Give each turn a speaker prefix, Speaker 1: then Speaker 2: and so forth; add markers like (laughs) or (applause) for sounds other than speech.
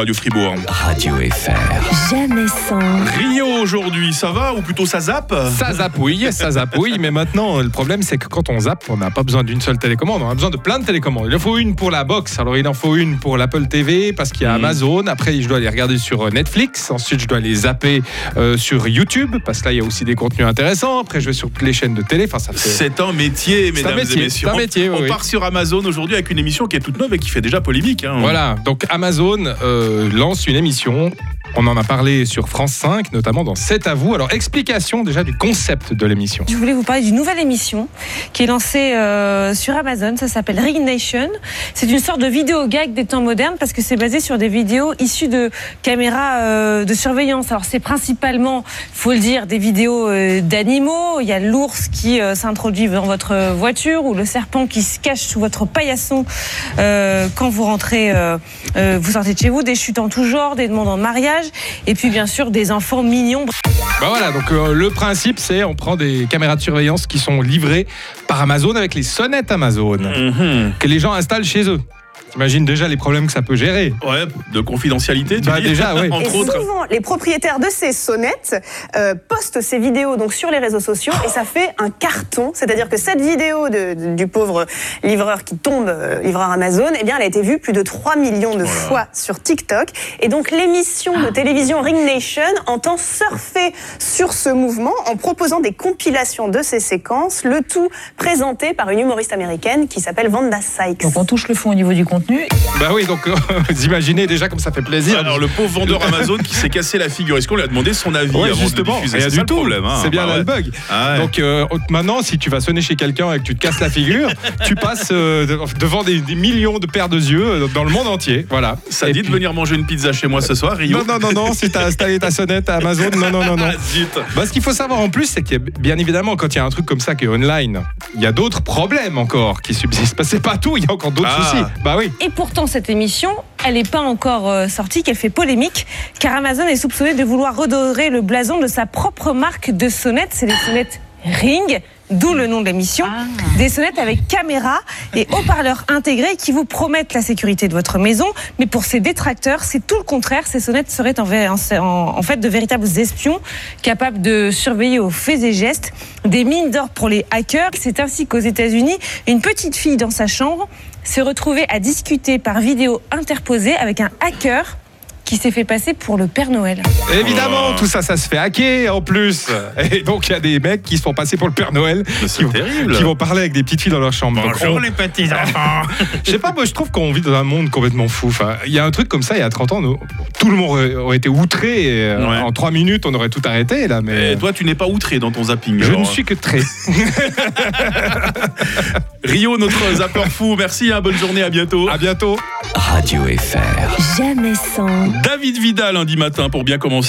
Speaker 1: Radio Fribourg.
Speaker 2: Radio FR.
Speaker 3: Jamais sans,
Speaker 1: Rio aujourd'hui, ça va ou plutôt ça zappe
Speaker 4: Ça zapouille, ça zapouille, mais maintenant le problème c'est que quand on zappe, on n'a pas besoin d'une seule télécommande, on a besoin de plein de télécommandes. Il en faut une pour la box, alors il en faut une pour l'Apple TV parce qu'il y a
Speaker 1: Mhm.
Speaker 4: Amazon, après je dois les regarder sur euh, Netflix, ensuite je dois les zapper euh, sur YouTube parce que là il y a aussi des contenus intéressants, après je vais sur toutes les chaînes de télé, enfin ça fait...
Speaker 1: C'est un métier, mesdames
Speaker 4: métier,
Speaker 1: et messieurs.
Speaker 4: c'est un métier,
Speaker 1: on
Speaker 4: oui, oui.
Speaker 1: part sur Amazon aujourd'hui avec une émission qui est toute neuve et qui fait déjà polémique. hein.
Speaker 4: Voilà, donc Amazon euh, lance une émission. On en a parlé sur France 5, notamment dans 7 à vous. Alors, explication déjà du concept de l'émission.
Speaker 5: Je voulais vous parler d'une nouvelle émission qui est lancée euh, sur Amazon. Ça s'appelle Ring Nation. C'est une sorte de vidéo gag des temps modernes parce que c'est basé sur des vidéos issues de caméras euh, de surveillance. Alors c'est principalement, faut le dire, des vidéos euh, d'animaux. Il y a l'ours qui euh, s'introduit dans votre voiture ou le serpent qui se cache sous votre paillasson euh, quand vous rentrez, euh, euh, vous sortez de chez vous. Des chutes en tout genre, des demandes en mariage et puis bien sûr des enfants mignons.
Speaker 4: Bah voilà, donc euh, le principe, c'est on prend des caméras de surveillance qui sont livrées par Amazon avec les sonnettes Amazon
Speaker 1: Mhm.
Speaker 4: que les gens installent chez eux. T'imagines déjà les problèmes que ça peut gérer.
Speaker 1: Ouais, de confidentialité, tu
Speaker 4: Bah,
Speaker 1: dis
Speaker 4: déjà, oui.
Speaker 1: (laughs)
Speaker 6: Et
Speaker 1: Entre autres.
Speaker 6: souvent, les propriétaires de ces sonnettes euh, postent ces vidéos donc sur les réseaux sociaux et ça fait un carton. C'est-à-dire que cette vidéo de- de- du pauvre livreur qui tombe, euh, livreur Amazon, eh bien, elle a été vue plus de 3 millions
Speaker 1: Oh
Speaker 6: de fois sur TikTok. Et donc, l'émission
Speaker 1: Ah.
Speaker 6: de télévision Ring Nation entend surfer sur ce mouvement en proposant des compilations de ces séquences, le tout présenté par une humoriste américaine qui s'appelle Vanda Sykes.
Speaker 7: Donc on touche le fond au niveau du contenu.
Speaker 4: Bah oui, donc euh, (laughs) vous imaginez déjà comme ça fait plaisir.
Speaker 1: Alors le pauvre vendeur Amazon qui s'est cassé la figure, est-ce qu'on lui a demandé son avis
Speaker 4: Ouais,
Speaker 1: avant
Speaker 4: justement,
Speaker 1: de le diffuser
Speaker 4: rien
Speaker 1: C'est
Speaker 4: du
Speaker 1: ça le
Speaker 4: tout.
Speaker 1: problème. hein.
Speaker 4: c'est bien
Speaker 1: Bah
Speaker 4: là
Speaker 1: ouais.
Speaker 4: le bug.
Speaker 1: Ah ouais.
Speaker 4: Donc euh, maintenant, si tu vas sonner chez quelqu'un et que tu te casses la figure, tu passes euh, de- devant des, des millions de paires de yeux euh, dans le monde entier. Voilà.
Speaker 1: ça
Speaker 4: Et
Speaker 1: dit de
Speaker 4: puis-
Speaker 1: venir manger une pizza chez moi ce soir, Rio.
Speaker 4: Non, non, non, non, si t'as installé ta sonnette à Amazon, non, non, non, non.
Speaker 1: Ah, zut.
Speaker 4: Bah, ce qu'il faut savoir en plus, c'est que bien évidemment, quand il y a un truc comme ça qui est online, il y a d'autres problèmes encore qui subsistent. Parce que c'est pas tout, il y a encore d'autres
Speaker 1: Ah.
Speaker 4: soucis. Bah oui.
Speaker 5: Et pourtant, cette émission, elle n'est pas encore euh, sortie, qu'elle fait polémique, car Amazon est soupçonné de vouloir redorer le blason de sa propre marque de sonnettes. C'est les sonnettes Ring, d'où le nom de l'émission. Des sonnettes avec caméra et haut-parleurs intégrés qui vous promettent la sécurité de votre maison. Mais pour ses détracteurs, c'est tout le contraire. Ces sonnettes seraient en, vé- en- en- en fait de véritables espions capables de surveiller aux faits et gestes, des mines d'or pour les hackers. C'est ainsi qu'aux États-Unis, une petite fille dans sa chambre s'est retrouvée à discuter par vidéo interposée avec un hacker qui s'est fait passer pour le Père Noël.
Speaker 4: Évidemment,
Speaker 1: Oh.
Speaker 4: tout ça, ça se fait hacker en plus. Et donc, il y a des mecs qui se font passer pour le Père Noël.
Speaker 1: Mais c'est
Speaker 4: qui vont-
Speaker 1: terrible.
Speaker 4: Qui vont parler avec des petites filles dans leur chambre. Donc, on-
Speaker 1: les petits enfants.
Speaker 4: Je sais pas, moi je trouve qu'on vit dans un monde complètement fou. Enfin, Il y a un truc comme ça, il y a 30 ans, nous, tout le monde aurait- aurait été outré. Et, euh,
Speaker 1: Ouais.
Speaker 4: En 3 minutes, on aurait tout arrêté. là. Mais
Speaker 1: Et Eh, toi, tu n'es pas outré dans ton zapping.
Speaker 4: je
Speaker 1: alors.
Speaker 4: ne suis
Speaker 1: (laughs)
Speaker 4: que très.
Speaker 1: Rio, notre (laughs) zappeur fou. Merci, hein, bonne journée, à bientôt.
Speaker 4: À bientôt.
Speaker 2: Radio FR.
Speaker 3: jamais sans.
Speaker 1: David Vidal lundi matin pour bien commencer.